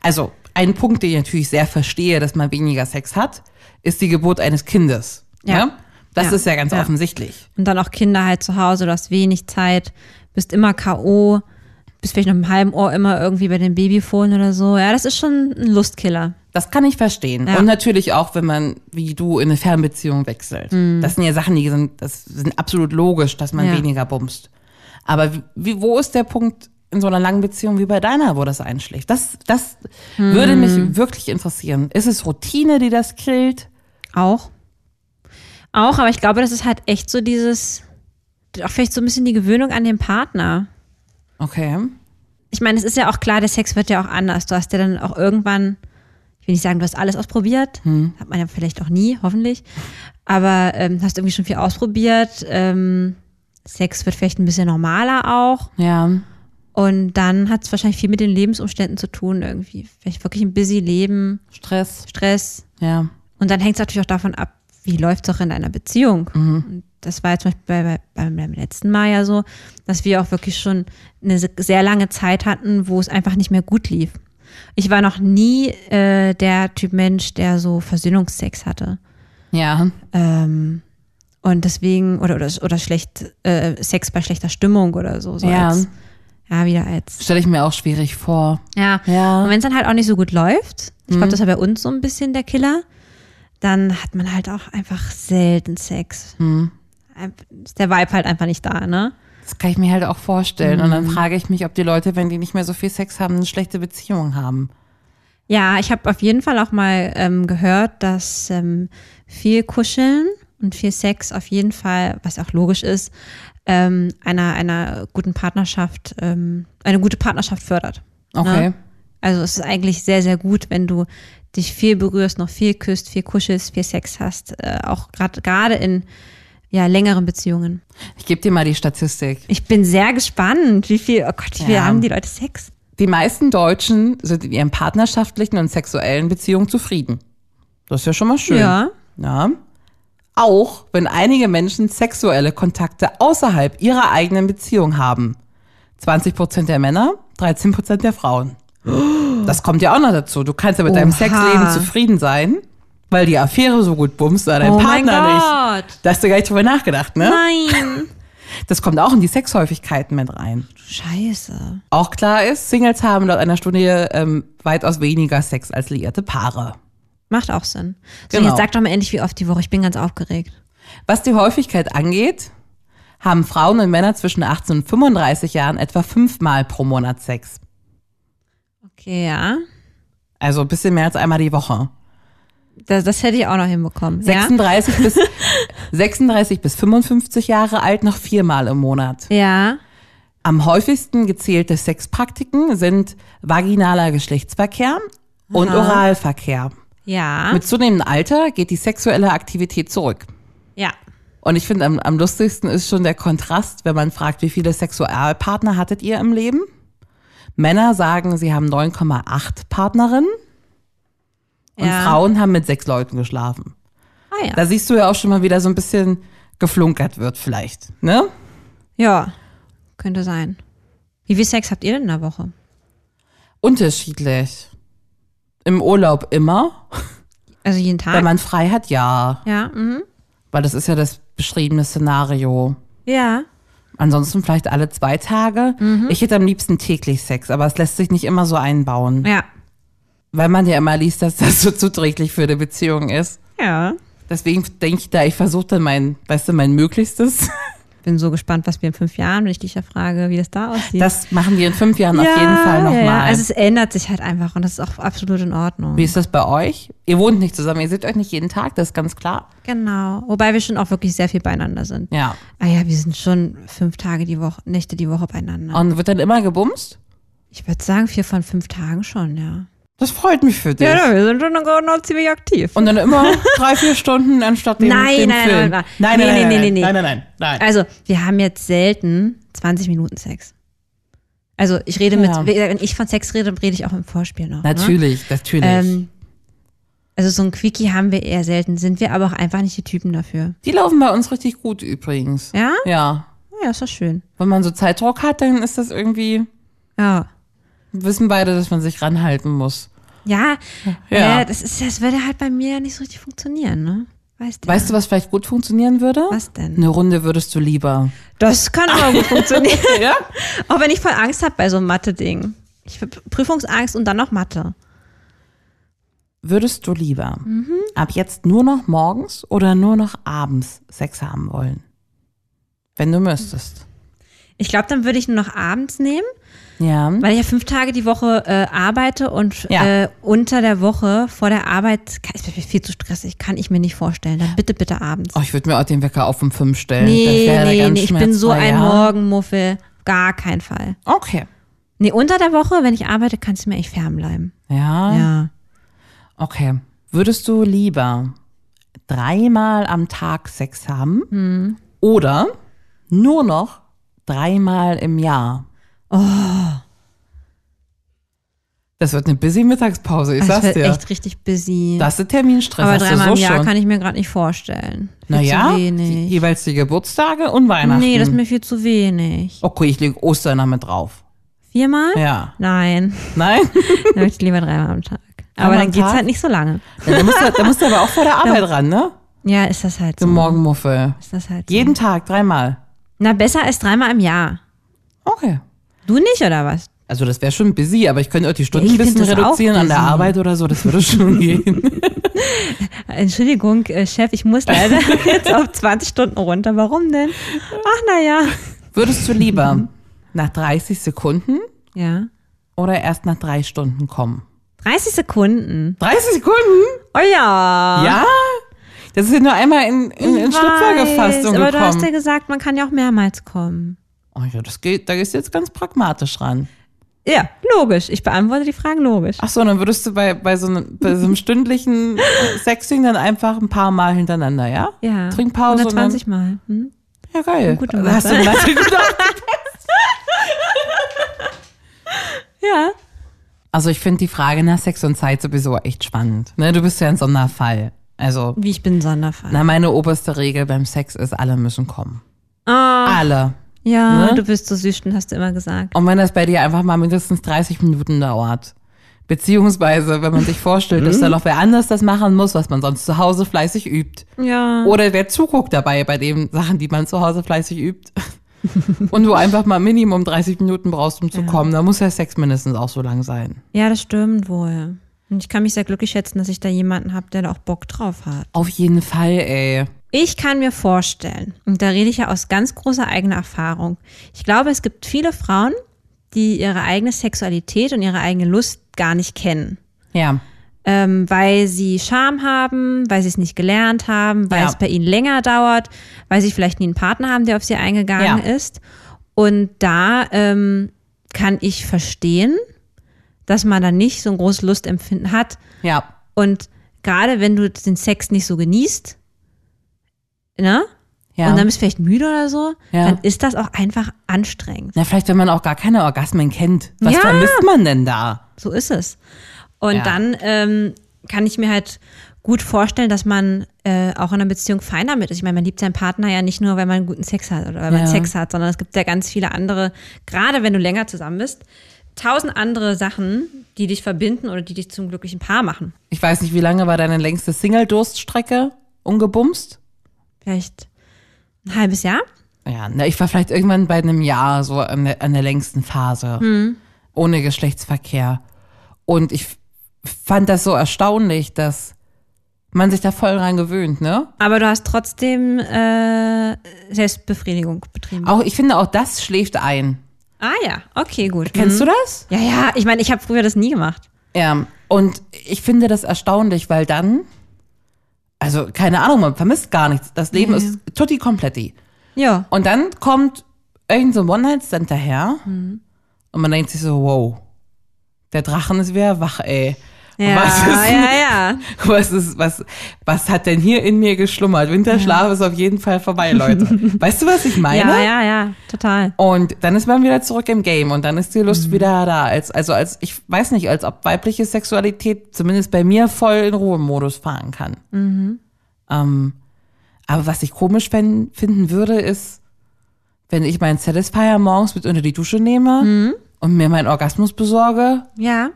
[SPEAKER 1] Also, ein Punkt, den ich natürlich sehr verstehe, dass man weniger Sex hat, ist die Geburt eines Kindes. Ja.
[SPEAKER 2] Ja.
[SPEAKER 1] Das
[SPEAKER 2] Ja.
[SPEAKER 1] ist ja ganz
[SPEAKER 2] Ja.
[SPEAKER 1] offensichtlich.
[SPEAKER 2] Und dann auch Kinder halt zu Hause, du hast wenig Zeit, bist immer K.O., bist vielleicht noch im halben Ohr immer irgendwie bei den Babyfohlen oder so. Ja, das ist schon ein Lustkiller.
[SPEAKER 1] Das kann ich verstehen.
[SPEAKER 2] Ja.
[SPEAKER 1] Und natürlich auch, wenn man, wie du, in eine Fernbeziehung wechselt. Das sind ja Sachen, die sind, das sind absolut logisch, dass man
[SPEAKER 2] Ja.
[SPEAKER 1] weniger bumst. Aber wie, wo ist der Punkt in so einer langen Beziehung wie bei deiner, wo das einschlägt? Das, das würde mich wirklich interessieren. Ist es Routine, die das killt?
[SPEAKER 2] Auch. Auch, aber ich glaube, das ist halt echt so dieses, auch vielleicht so ein bisschen die Gewöhnung an den Partner.
[SPEAKER 1] Okay.
[SPEAKER 2] Ich meine, es ist ja auch klar, der Sex wird ja auch anders. Du hast ja dann auch irgendwann, ich will nicht sagen, du hast alles ausprobiert. Hat man ja vielleicht auch nie, hoffentlich. Aber ähm, hast irgendwie schon viel ausprobiert. Ähm, Sex wird vielleicht ein bisschen normaler auch.
[SPEAKER 1] Ja.
[SPEAKER 2] Und dann hat es wahrscheinlich viel mit den Lebensumständen zu tun irgendwie. Vielleicht wirklich ein busy Leben,
[SPEAKER 1] Stress.
[SPEAKER 2] Stress.
[SPEAKER 1] Ja.
[SPEAKER 2] Und dann hängt es natürlich auch davon ab, wie läuft es auch in einer Beziehung. Und Das war jetzt zum Beispiel bei, bei, beim- beim letzten Mal ja so, dass wir auch wirklich schon eine se- sehr lange Zeit hatten, wo es einfach nicht mehr gut lief. Ich war noch nie äh, der Typ Mensch, der so Versöhnungsex hatte.
[SPEAKER 1] Ja.
[SPEAKER 2] Ähm, und deswegen, oder, oder, oder schlecht, äh, Sex bei schlechter Stimmung oder so. so
[SPEAKER 1] Ja.
[SPEAKER 2] Als, ja, wieder als.
[SPEAKER 1] Stelle ich mir auch schwierig vor.
[SPEAKER 2] Ja.
[SPEAKER 1] Ja.
[SPEAKER 2] Und wenn es dann halt auch nicht so gut läuft, ich glaube, das war bei uns so ein bisschen der Killer, dann hat man halt auch einfach selten Sex. Ein- Ist der Vibe halt einfach nicht da, ne?
[SPEAKER 1] Das kann ich mir halt auch vorstellen. Und dann frage ich mich, ob die Leute, wenn die nicht mehr so viel Sex haben, eine schlechte Beziehung haben.
[SPEAKER 2] Ja, ich habe auf jeden Fall auch mal ähm, gehört, dass ähm, viel Kuscheln und viel Sex auf jeden Fall, was auch logisch ist, ähm, einer, einer guten Partnerschaft, ähm, eine gute Partnerschaft fördert.
[SPEAKER 1] Okay.
[SPEAKER 2] Ne? Also es ist eigentlich sehr, sehr gut, wenn du dich viel berührst, noch viel küsst, viel kuschelst, viel Sex hast, äh, auch gerade gerade in ja, längeren Beziehungen.
[SPEAKER 1] Ich gebe dir mal die Statistik.
[SPEAKER 2] Ich bin sehr gespannt, wie viel, oh Gott, wie viel
[SPEAKER 1] Ja.
[SPEAKER 2] haben die Leute Sex?
[SPEAKER 1] Die meisten Deutschen sind in ihren partnerschaftlichen und sexuellen Beziehungen zufrieden. Das ist ja schon mal schön.
[SPEAKER 2] Ja.
[SPEAKER 1] Ja. Auch wenn einige Menschen sexuelle Kontakte außerhalb ihrer eigenen Beziehung haben. 20 Prozent der Männer, 13 Prozent der Frauen. Das kommt ja auch noch dazu. Du kannst ja mit deinem
[SPEAKER 2] Oha.
[SPEAKER 1] Sexleben zufrieden sein, weil die Affäre so gut bummst, aber dein
[SPEAKER 2] Oh mein
[SPEAKER 1] Partner nicht.
[SPEAKER 2] Gott.
[SPEAKER 1] Da hast du gar nicht drüber nachgedacht, ne?
[SPEAKER 2] Nein.
[SPEAKER 1] Das kommt auch in die Sexhäufigkeiten mit rein.
[SPEAKER 2] Scheiße.
[SPEAKER 1] Auch klar ist, Singles haben laut einer Studie ähm, weitaus weniger Sex als liierte Paare.
[SPEAKER 2] Macht auch Sinn. So,
[SPEAKER 1] Genau.
[SPEAKER 2] jetzt sag doch mal endlich, wie oft die Woche. Ich bin ganz aufgeregt.
[SPEAKER 1] Was die Häufigkeit angeht, haben Frauen und Männer zwischen 18 und 35 Jahren etwa fünfmal pro Monat Sex.
[SPEAKER 2] Okay, ja.
[SPEAKER 1] Also ein bisschen mehr als einmal die Woche.
[SPEAKER 2] Das, das hätte ich auch noch hinbekommen. Ja?
[SPEAKER 1] 36, bis, 36 bis 55 Jahre alt noch viermal im Monat.
[SPEAKER 2] Ja.
[SPEAKER 1] Am häufigsten gezählte Sexpraktiken sind vaginaler Geschlechtsverkehr und Oralverkehr.
[SPEAKER 2] Ja.
[SPEAKER 1] Mit zunehmendem Alter geht die sexuelle Aktivität zurück.
[SPEAKER 2] ja.
[SPEAKER 1] Und ich finde, am, am lustigsten ist schon der Kontrast, wenn man fragt, wie viele Sexualpartner hattet ihr im Leben? Männer sagen, sie haben 9,8 Partnerinnen und
[SPEAKER 2] ja.
[SPEAKER 1] Frauen haben mit sechs Leuten geschlafen.
[SPEAKER 2] Ah, ja.
[SPEAKER 1] Da siehst du ja auch schon mal wieder so ein bisschen geflunkert wird vielleicht, ne?
[SPEAKER 2] ja. Könnte sein. Wie viel Sex habt ihr denn in der Woche?
[SPEAKER 1] Unterschiedlich. Im Urlaub immer,
[SPEAKER 2] Also jeden Tag?
[SPEAKER 1] wenn man frei hat, ja,
[SPEAKER 2] ja. Mhm.
[SPEAKER 1] weil das ist ja das beschriebene Szenario.
[SPEAKER 2] Ja.
[SPEAKER 1] Ansonsten vielleicht alle zwei Tage. Ich hätte am liebsten täglich Sex, aber es lässt sich nicht immer so einbauen.
[SPEAKER 2] Ja.
[SPEAKER 1] weil man ja immer liest, dass das so zuträglich für eine Beziehung ist.
[SPEAKER 2] Ja.
[SPEAKER 1] Deswegen denke ich da, ich versuche dann mein, weißt du, mein Möglichstes.
[SPEAKER 2] Bin so gespannt, was wir in fünf Jahren, wenn ich dich ja frage, wie das da aussieht.
[SPEAKER 1] Das machen wir in fünf Jahren auf jeden Fall
[SPEAKER 2] Ja,
[SPEAKER 1] nochmal.
[SPEAKER 2] ja. Also es ändert sich halt einfach und das ist auch absolut in Ordnung.
[SPEAKER 1] Wie ist das bei euch? Ihr wohnt nicht zusammen, ihr seht euch nicht jeden Tag, das ist ganz klar.
[SPEAKER 2] Genau. Wobei wir schon auch wirklich sehr viel beieinander sind.
[SPEAKER 1] Ja.
[SPEAKER 2] Ah ja, wir sind schon fünf Tage die Woche, Nächte die Woche beieinander.
[SPEAKER 1] Und wird dann immer gebumst?
[SPEAKER 2] ich würde sagen, vier von fünf Tagen schon, ja.
[SPEAKER 1] Das freut mich für dich.
[SPEAKER 2] wir sind schon noch, noch ziemlich aktiv.
[SPEAKER 1] Und dann immer drei, vier Stunden anstatt dem,
[SPEAKER 2] Nein,
[SPEAKER 1] dem
[SPEAKER 2] nein,
[SPEAKER 1] Film.
[SPEAKER 2] nein, nein, nein. Nee, nee, nee, nee.
[SPEAKER 1] nein, nein, nein, nein.
[SPEAKER 2] also, wir haben jetzt selten 20 Minuten Sex. Also, ich rede mit,
[SPEAKER 1] Ja.
[SPEAKER 2] wenn ich von Sex rede, rede ich auch im Vorspiel noch. Ne?
[SPEAKER 1] Natürlich, natürlich.
[SPEAKER 2] Ähm, also, so ein Quickie haben wir eher selten, sind wir aber auch einfach nicht die Typen dafür.
[SPEAKER 1] Die laufen bei uns richtig gut übrigens.
[SPEAKER 2] Ja?
[SPEAKER 1] Ja.
[SPEAKER 2] Ja, ist doch schön.
[SPEAKER 1] Wenn man so Zeitdruck hat, dann ist das irgendwie,
[SPEAKER 2] Ja.
[SPEAKER 1] wissen beide, dass man sich ranhalten muss.
[SPEAKER 2] Ja,
[SPEAKER 1] Ja.
[SPEAKER 2] Äh, das, ist, das würde halt bei mir ja nicht so richtig funktionieren, ne? Weißt du?
[SPEAKER 1] Weißt du, was vielleicht gut funktionieren würde?
[SPEAKER 2] Was denn?
[SPEAKER 1] Eine Runde würdest du lieber.
[SPEAKER 2] Das kann aber gut funktionieren.
[SPEAKER 1] Ja?
[SPEAKER 2] Auch wenn ich voll Angst habe bei so einem Mathe-Ding. Ich hab Prüfungsangst und dann noch Mathe.
[SPEAKER 1] Würdest du lieber
[SPEAKER 2] Mhm.
[SPEAKER 1] ab jetzt nur noch morgens oder nur noch abends Sex haben wollen? Wenn du müsstest.
[SPEAKER 2] Ich glaube, dann würde ich nur noch abends nehmen,
[SPEAKER 1] Ja.
[SPEAKER 2] weil ich ja fünf Tage die Woche äh, arbeite und
[SPEAKER 1] Ja.
[SPEAKER 2] äh, unter der Woche vor der Arbeit kann, ist mir viel zu stressig, kann ich mir nicht vorstellen. Dann bitte, bitte abends.
[SPEAKER 1] Oh, ich würde mir auch den Wecker auf um fünf stellen.
[SPEAKER 2] nee,
[SPEAKER 1] Das wäre
[SPEAKER 2] nee,
[SPEAKER 1] ganz
[SPEAKER 2] nee, ich bin so
[SPEAKER 1] schmerzfrei,
[SPEAKER 2] ein
[SPEAKER 1] ja.
[SPEAKER 2] Morgenmuffel. Gar kein Fall.
[SPEAKER 1] Okay.
[SPEAKER 2] Nee, unter der Woche, wenn ich arbeite, kann es mir echt fern bleiben.
[SPEAKER 1] Ja.
[SPEAKER 2] Ja.
[SPEAKER 1] Okay. Würdest du lieber dreimal am Tag Sex haben
[SPEAKER 2] Hm.
[SPEAKER 1] oder nur noch dreimal im Jahr?
[SPEAKER 2] Oh.
[SPEAKER 1] Das wird eine busy Mittagspause, ich
[SPEAKER 2] Das
[SPEAKER 1] sag's
[SPEAKER 2] wird
[SPEAKER 1] dir.
[SPEAKER 2] Also echt richtig busy.
[SPEAKER 1] Das ist Terminstress.
[SPEAKER 2] Aber
[SPEAKER 1] hast
[SPEAKER 2] dreimal
[SPEAKER 1] du
[SPEAKER 2] im
[SPEAKER 1] so
[SPEAKER 2] Jahr
[SPEAKER 1] schon.
[SPEAKER 2] kann ich mir gerade nicht vorstellen. Viel
[SPEAKER 1] naja,
[SPEAKER 2] zu
[SPEAKER 1] die,
[SPEAKER 2] wenig.
[SPEAKER 1] jeweils die Geburtstage und Weihnachten.
[SPEAKER 2] Nee, das ist mir viel zu wenig.
[SPEAKER 1] okay, ich lege Ostern noch mit drauf.
[SPEAKER 2] Viermal?
[SPEAKER 1] Ja.
[SPEAKER 2] Nein,
[SPEAKER 1] Nein?
[SPEAKER 2] dann möchte ich lieber dreimal am Tag. Aber
[SPEAKER 1] Dreimal am
[SPEAKER 2] dann geht's
[SPEAKER 1] Tag?
[SPEAKER 2] halt nicht so lange.
[SPEAKER 1] da, musst du, da musst du aber auch vor der Arbeit ran, ne?
[SPEAKER 2] Ja, ist das halt so.
[SPEAKER 1] Zum Morgenmuffel.
[SPEAKER 2] Ist das halt so.
[SPEAKER 1] Jeden Tag, dreimal.
[SPEAKER 2] Na, besser als dreimal im Jahr.
[SPEAKER 1] Okay.
[SPEAKER 2] Du nicht, oder was?
[SPEAKER 1] Also das wäre schon busy, aber ich könnte auch die Stunden
[SPEAKER 2] Ich
[SPEAKER 1] ein bisschen
[SPEAKER 2] find das auch
[SPEAKER 1] reduzieren an der
[SPEAKER 2] busy.
[SPEAKER 1] Arbeit oder so, das würde schon gehen.
[SPEAKER 2] Entschuldigung, äh, Chef, ich muss leider jetzt auf 20 Stunden runter. Warum denn? Ach, naja.
[SPEAKER 1] Würdest du lieber nach 30 Sekunden
[SPEAKER 2] Ja.
[SPEAKER 1] oder erst nach drei Stunden kommen?
[SPEAKER 2] 30 Sekunden.
[SPEAKER 1] 30 Sekunden?
[SPEAKER 2] Oh ja.
[SPEAKER 1] Ja? Das ist ja nur einmal in, in, in
[SPEAKER 2] Ich
[SPEAKER 1] Schlüpfergefassung
[SPEAKER 2] weiß, Aber du hast ja
[SPEAKER 1] gekommen.
[SPEAKER 2] gesagt, man kann ja auch mehrmals kommen.
[SPEAKER 1] Oh ja, das geht, da gehst du jetzt ganz pragmatisch ran.
[SPEAKER 2] Ja, logisch. Ich beantworte die Fragen logisch.
[SPEAKER 1] Ach so, und dann würdest du bei, bei, so, einem, bei so einem stündlichen Sexting dann einfach ein paar Mal hintereinander, ja?
[SPEAKER 2] ja.
[SPEAKER 1] Trinkpause und dann,
[SPEAKER 2] 120 Mal. Hm?
[SPEAKER 1] Ja, geil.
[SPEAKER 2] Gute
[SPEAKER 1] Da hast du
[SPEAKER 2] Mathe.
[SPEAKER 1] gleich gut auf-
[SPEAKER 2] Ja.
[SPEAKER 1] also ich finde die Frage nach Sex und Zeit sowieso echt spannend. Ne, du bist ja ein Sonderfall. Also,
[SPEAKER 2] Wie ich bin ein Sonderfall.
[SPEAKER 1] na, meine oberste Regel beim Sex ist, alle müssen kommen.
[SPEAKER 2] Ah,
[SPEAKER 1] Alle.
[SPEAKER 2] ja,
[SPEAKER 1] ne?
[SPEAKER 2] du bist so süß, und hast du immer gesagt.
[SPEAKER 1] Und wenn das bei dir einfach mal mindestens 30 Minuten dauert. Beziehungsweise, wenn man sich vorstellt, dass da noch wer anders das machen muss, was man sonst zu Hause fleißig übt.
[SPEAKER 2] Ja.
[SPEAKER 1] Oder wer zuguckt dabei bei den Sachen, die man zu Hause fleißig übt. Und du einfach mal Minimum 30 Minuten brauchst, um zu kommen. Da muss ja Sex mindestens auch so lang sein.
[SPEAKER 2] Ja, das stimmt wohl. Und ich kann mich sehr glücklich schätzen, dass ich da jemanden habe, der da auch Bock drauf hat.
[SPEAKER 1] Auf jeden Fall, ey.
[SPEAKER 2] Ich kann mir vorstellen, und da rede ich ja aus ganz großer eigener Erfahrung, ich glaube, es gibt viele Frauen, die ihre eigene Sexualität und ihre eigene Lust gar nicht kennen.
[SPEAKER 1] Ja.
[SPEAKER 2] ähm, weil sie Scham haben, weil sie es nicht gelernt haben, weil
[SPEAKER 1] Ja.
[SPEAKER 2] es bei ihnen länger dauert, weil sie vielleicht nie einen Partner haben, der auf sie eingegangen
[SPEAKER 1] Ja.
[SPEAKER 2] ist. Und da ähm, kann ich verstehen, dass man da nicht so ein großes Lustempfinden hat.
[SPEAKER 1] Ja.
[SPEAKER 2] Und gerade wenn du den Sex nicht so genießt, ne?
[SPEAKER 1] Ja.
[SPEAKER 2] Und dann bist du vielleicht müde oder so,
[SPEAKER 1] Ja.
[SPEAKER 2] dann ist das auch einfach anstrengend.
[SPEAKER 1] Na, vielleicht, wenn man auch gar keine Orgasmen kennt. Was
[SPEAKER 2] Ja.
[SPEAKER 1] vermisst man denn da?
[SPEAKER 2] So ist es. Und
[SPEAKER 1] Ja.
[SPEAKER 2] dann ähm, kann ich mir halt gut vorstellen, dass man äh, auch in einer Beziehung fein damit ist. Ich meine, man liebt seinen Partner ja nicht nur, weil man guten Sex hat oder weil
[SPEAKER 1] Ja.
[SPEAKER 2] man Sex hat, sondern es gibt ja ganz viele andere, gerade wenn du länger zusammen bist, tausend andere Sachen, die dich verbinden oder die dich zum glücklichen Paar machen.
[SPEAKER 1] Ich weiß nicht, wie lange war deine längste Single-Durststrecke ungebumst?
[SPEAKER 2] Vielleicht ein halbes Jahr?
[SPEAKER 1] Ja, na, ich war vielleicht irgendwann bei einem Jahr so an der, an der längsten Phase.
[SPEAKER 2] Hm.
[SPEAKER 1] Ohne Geschlechtsverkehr. Und ich f- fand das so erstaunlich, dass man sich da voll dran gewöhnt, ne?
[SPEAKER 2] Aber du hast trotzdem äh, Selbstbefriedigung betrieben.
[SPEAKER 1] Auch, ich finde, auch das schläft ein.
[SPEAKER 2] Ah ja, okay, gut. Hm.
[SPEAKER 1] Kennst du das?
[SPEAKER 2] Ja, ja, ich meine, ich habe früher das nie gemacht.
[SPEAKER 1] Ja, und ich finde das erstaunlich, weil dann, also keine Ahnung, man vermisst gar nichts. Das Leben
[SPEAKER 2] Ja, ja.
[SPEAKER 1] ist tutti kompletti.
[SPEAKER 2] Ja.
[SPEAKER 1] Und dann kommt irgend so ein One-Night-Stand daher
[SPEAKER 2] Mhm.
[SPEAKER 1] und man denkt sich so, wow, der Drachen ist wieder wach, ey.
[SPEAKER 2] Ja,
[SPEAKER 1] was, ist,
[SPEAKER 2] ja, ja.
[SPEAKER 1] was ist, was, was hat denn hier in mir geschlummert? Winterschlaf ist auf jeden Fall vorbei, Leute. weißt du, was ich meine?
[SPEAKER 2] Ja, ja, ja, total.
[SPEAKER 1] Und dann ist man wieder zurück im Game und dann ist die Lust wieder da. Als, also als, ich weiß nicht, als ob weibliche Sexualität zumindest bei mir voll in Ruhemodus fahren kann. Ähm, aber was ich komisch fänd, finden würde, ist, wenn ich meinen Satisfier morgens mit unter die Dusche nehme und mir meinen Orgasmus besorge,
[SPEAKER 2] Ja.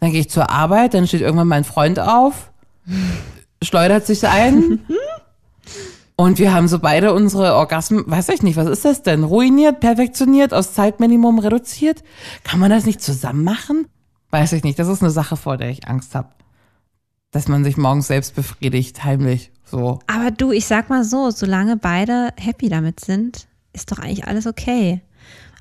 [SPEAKER 1] dann gehe ich zur Arbeit, dann steht irgendwann mein Freund auf, schleudert sich ein. Und wir haben so beide unsere Orgasmen, weiß ich nicht, was ist das denn? Ruiniert, perfektioniert, aus Zeitminimum reduziert? Kann man das nicht zusammen machen? Weiß ich nicht. Das ist eine Sache, vor der ich Angst habe. Dass man sich morgens selbst befriedigt, heimlich. So.
[SPEAKER 2] Aber du, ich sag mal so, solange beide happy damit sind, ist doch eigentlich alles okay.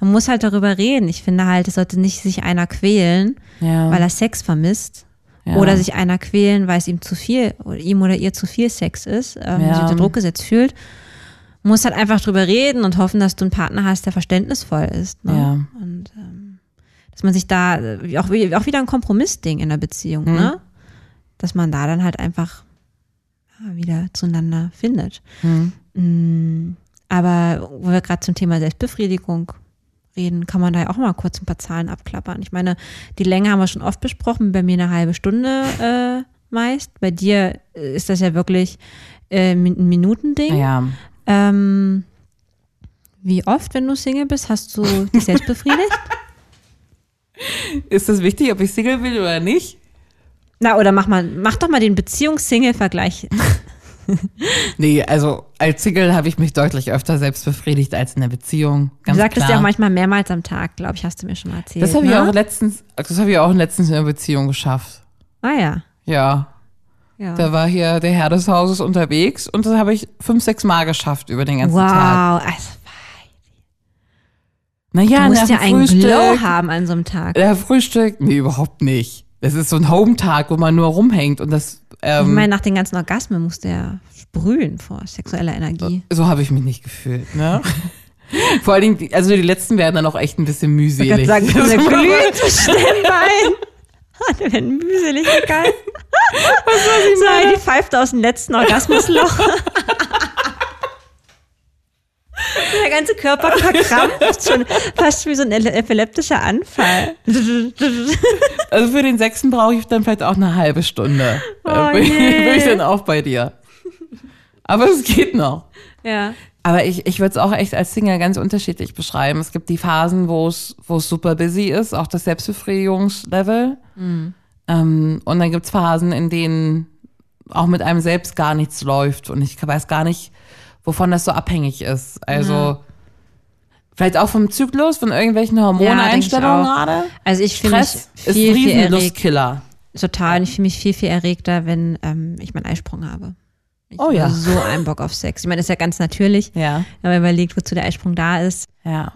[SPEAKER 2] Man muss halt darüber reden. Ich finde halt, es sollte nicht sich einer quälen,
[SPEAKER 1] Ja.
[SPEAKER 2] weil er Sex vermisst.
[SPEAKER 1] Ja.
[SPEAKER 2] Oder sich einer quälen, weil es ihm zu viel, oder ihm oder ihr zu viel Sex ist, ähm,
[SPEAKER 1] Ja.
[SPEAKER 2] sich unter Druck gesetzt fühlt. Muss halt einfach drüber reden und hoffen, dass du einen Partner hast, der verständnisvoll ist. Ne?
[SPEAKER 1] Ja.
[SPEAKER 2] Und ähm, dass man sich da, äh, auch, wie- auch wieder ein Kompromissding in der Beziehung,
[SPEAKER 1] Mhm.
[SPEAKER 2] ne? Dass man da dann halt einfach ja, wieder zueinander findet. Mm, Aber wo wir gerade zum Thema Selbstbefriedigung reden, kann man da ja auch mal kurz ein paar Zahlen abklappern. Ich meine, die Länge haben wir schon oft besprochen, bei mir eine halbe Stunde äh, meist. Bei dir äh, ist das ja wirklich äh, ein Minutending.
[SPEAKER 1] Ja.
[SPEAKER 2] Ähm, wie oft, wenn du Single bist, hast du dich selbst befriedigt?
[SPEAKER 1] Ist das wichtig, ob ich Single bin oder nicht?
[SPEAKER 2] Na, oder mach mal, mach doch mal den Beziehungs-Single-Vergleich.
[SPEAKER 1] Nee, also als Single habe ich mich deutlich öfter selbst befriedigt als in der Beziehung.
[SPEAKER 2] Du
[SPEAKER 1] Ganz
[SPEAKER 2] sagtest
[SPEAKER 1] klar.
[SPEAKER 2] ja auch manchmal mehrmals am Tag, glaube ich, hast du mir schon mal erzählt.
[SPEAKER 1] Das habe ich
[SPEAKER 2] ne?
[SPEAKER 1] auch letztens, das habe ich auch letztens in einer Beziehung geschafft.
[SPEAKER 2] Ah ja.
[SPEAKER 1] Ja,
[SPEAKER 2] ja.
[SPEAKER 1] da war hier der Herr des Hauses unterwegs und das habe ich fünf, sechs Mal geschafft über den ganzen Tag.
[SPEAKER 2] Wow, also,
[SPEAKER 1] Naja,
[SPEAKER 2] du
[SPEAKER 1] nach
[SPEAKER 2] musst ja
[SPEAKER 1] dem
[SPEAKER 2] einen Glow
[SPEAKER 1] Frühstück.
[SPEAKER 2] haben an so einem Tag.
[SPEAKER 1] Nach Frühstück? Nee, überhaupt nicht. Das ist so ein Home-Tag, wo man nur rumhängt und das Ähm,
[SPEAKER 2] ich meine, nach den ganzen Orgasmen musste er sprühen vor sexueller Energie.
[SPEAKER 1] so habe ich mich nicht gefühlt, ne? Vor allen Dingen, die- also die letzten werden dann auch echt ein bisschen
[SPEAKER 2] Ich würde
[SPEAKER 1] mühselig.
[SPEAKER 2] sagen,
[SPEAKER 1] Das
[SPEAKER 2] eine
[SPEAKER 1] muss man-
[SPEAKER 2] glühte Stimmbein. Hat er denn mühselig geil? So, die pfeift aus dem letzten Orgasmusloch. Der ganze Körper verkrampft schon, fast wie so ein ele- epileptischer Anfall.
[SPEAKER 1] Also für den sechsten brauche ich dann vielleicht auch eine halbe Stunde.
[SPEAKER 2] Oh
[SPEAKER 1] Äh, bin,
[SPEAKER 2] je.
[SPEAKER 1] bin ich dann auch bei dir. Aber es geht noch.
[SPEAKER 2] ja.
[SPEAKER 1] Aber ich, ich würde es auch echt als Single ganz unterschiedlich beschreiben. Es gibt die Phasen, wo es wo es super busy ist, auch das Selbstbefriedigungslevel. Ähm, und dann gibt es Phasen, in denen auch mit einem selbst gar nichts läuft. Und ich weiß gar nicht, wovon das so abhängig ist. Also vielleicht auch vom Zyklus, von irgendwelchen Hormoneinstellungen
[SPEAKER 2] Ja,
[SPEAKER 1] gerade.
[SPEAKER 2] Also ich fühle mich
[SPEAKER 1] Stress ist
[SPEAKER 2] viel,
[SPEAKER 1] ein
[SPEAKER 2] viel erregt.
[SPEAKER 1] Riesenlustkiller.
[SPEAKER 2] Total. Und ich fühle mich viel, viel erregter, wenn ähm, ich meinen Eisprung habe. Ich
[SPEAKER 1] Oh ja.
[SPEAKER 2] habe so einen Bock auf Sex. Ich meine, das ist ja ganz natürlich.
[SPEAKER 1] Ja,
[SPEAKER 2] Wenn man überlegt, wozu der Eisprung da ist.
[SPEAKER 1] ja.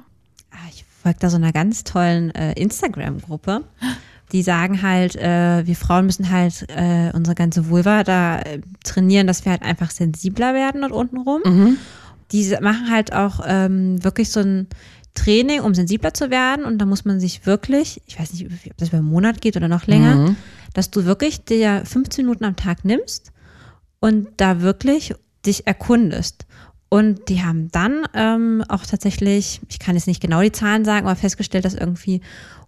[SPEAKER 2] Ah, ich folge da so einer ganz tollen äh, Instagram-Gruppe. Die sagen halt, äh, wir Frauen müssen halt äh, unsere ganze Vulva da äh, trainieren, dass wir halt einfach sensibler werden dort unten rum.
[SPEAKER 1] Mhm.
[SPEAKER 2] Die s- machen halt auch ähm, wirklich so ein Training, um sensibler zu werden. Und da muss man sich wirklich, ich weiß nicht, ob das über einen Monat geht oder noch länger, dass du wirklich dir 15 Minuten am Tag nimmst und da wirklich dich erkundest. Und die haben dann ähm, auch tatsächlich, ich kann jetzt nicht genau die Zahlen sagen, aber festgestellt, dass irgendwie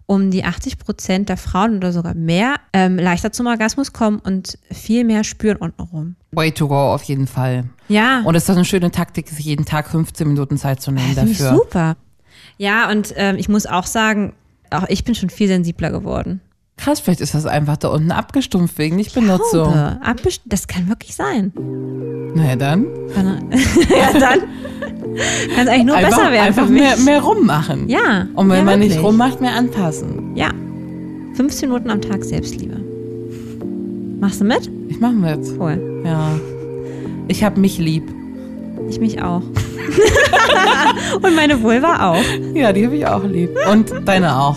[SPEAKER 2] um die 80 Prozent der Frauen oder sogar mehr ähm, leichter zum Orgasmus kommen und viel mehr spüren unten rum.
[SPEAKER 1] Way to go auf jeden Fall.
[SPEAKER 2] Ja,
[SPEAKER 1] Und es ist eine schöne Taktik, sich jeden Tag 15 Minuten Zeit zu nehmen
[SPEAKER 2] finde ich
[SPEAKER 1] dafür.
[SPEAKER 2] super. Ja, und ähm, ich muss auch sagen, auch ich bin schon viel sensibler geworden.
[SPEAKER 1] Krass, vielleicht ist das einfach da unten abgestumpft wegen
[SPEAKER 2] Haube,
[SPEAKER 1] Nichtbenutzung.
[SPEAKER 2] abbest- das kann wirklich sein.
[SPEAKER 1] Na ja, dann
[SPEAKER 2] ja, dann kann es eigentlich nur
[SPEAKER 1] einfach,
[SPEAKER 2] besser werden
[SPEAKER 1] einfach
[SPEAKER 2] für mich.
[SPEAKER 1] mehr, mehr rummachen.
[SPEAKER 2] Ja,
[SPEAKER 1] Und wenn
[SPEAKER 2] ja,
[SPEAKER 1] man nicht
[SPEAKER 2] wirklich.
[SPEAKER 1] rummacht, mehr anpassen.
[SPEAKER 2] Ja. 15 Minuten am Tag Selbstliebe. Machst du mit?
[SPEAKER 1] Ich mache mit.
[SPEAKER 2] Cool.
[SPEAKER 1] Ja. Ich habe mich lieb.
[SPEAKER 2] Ich mich auch. Und meine Vulva auch.
[SPEAKER 1] Ja, die habe ich auch lieb. Und deine auch.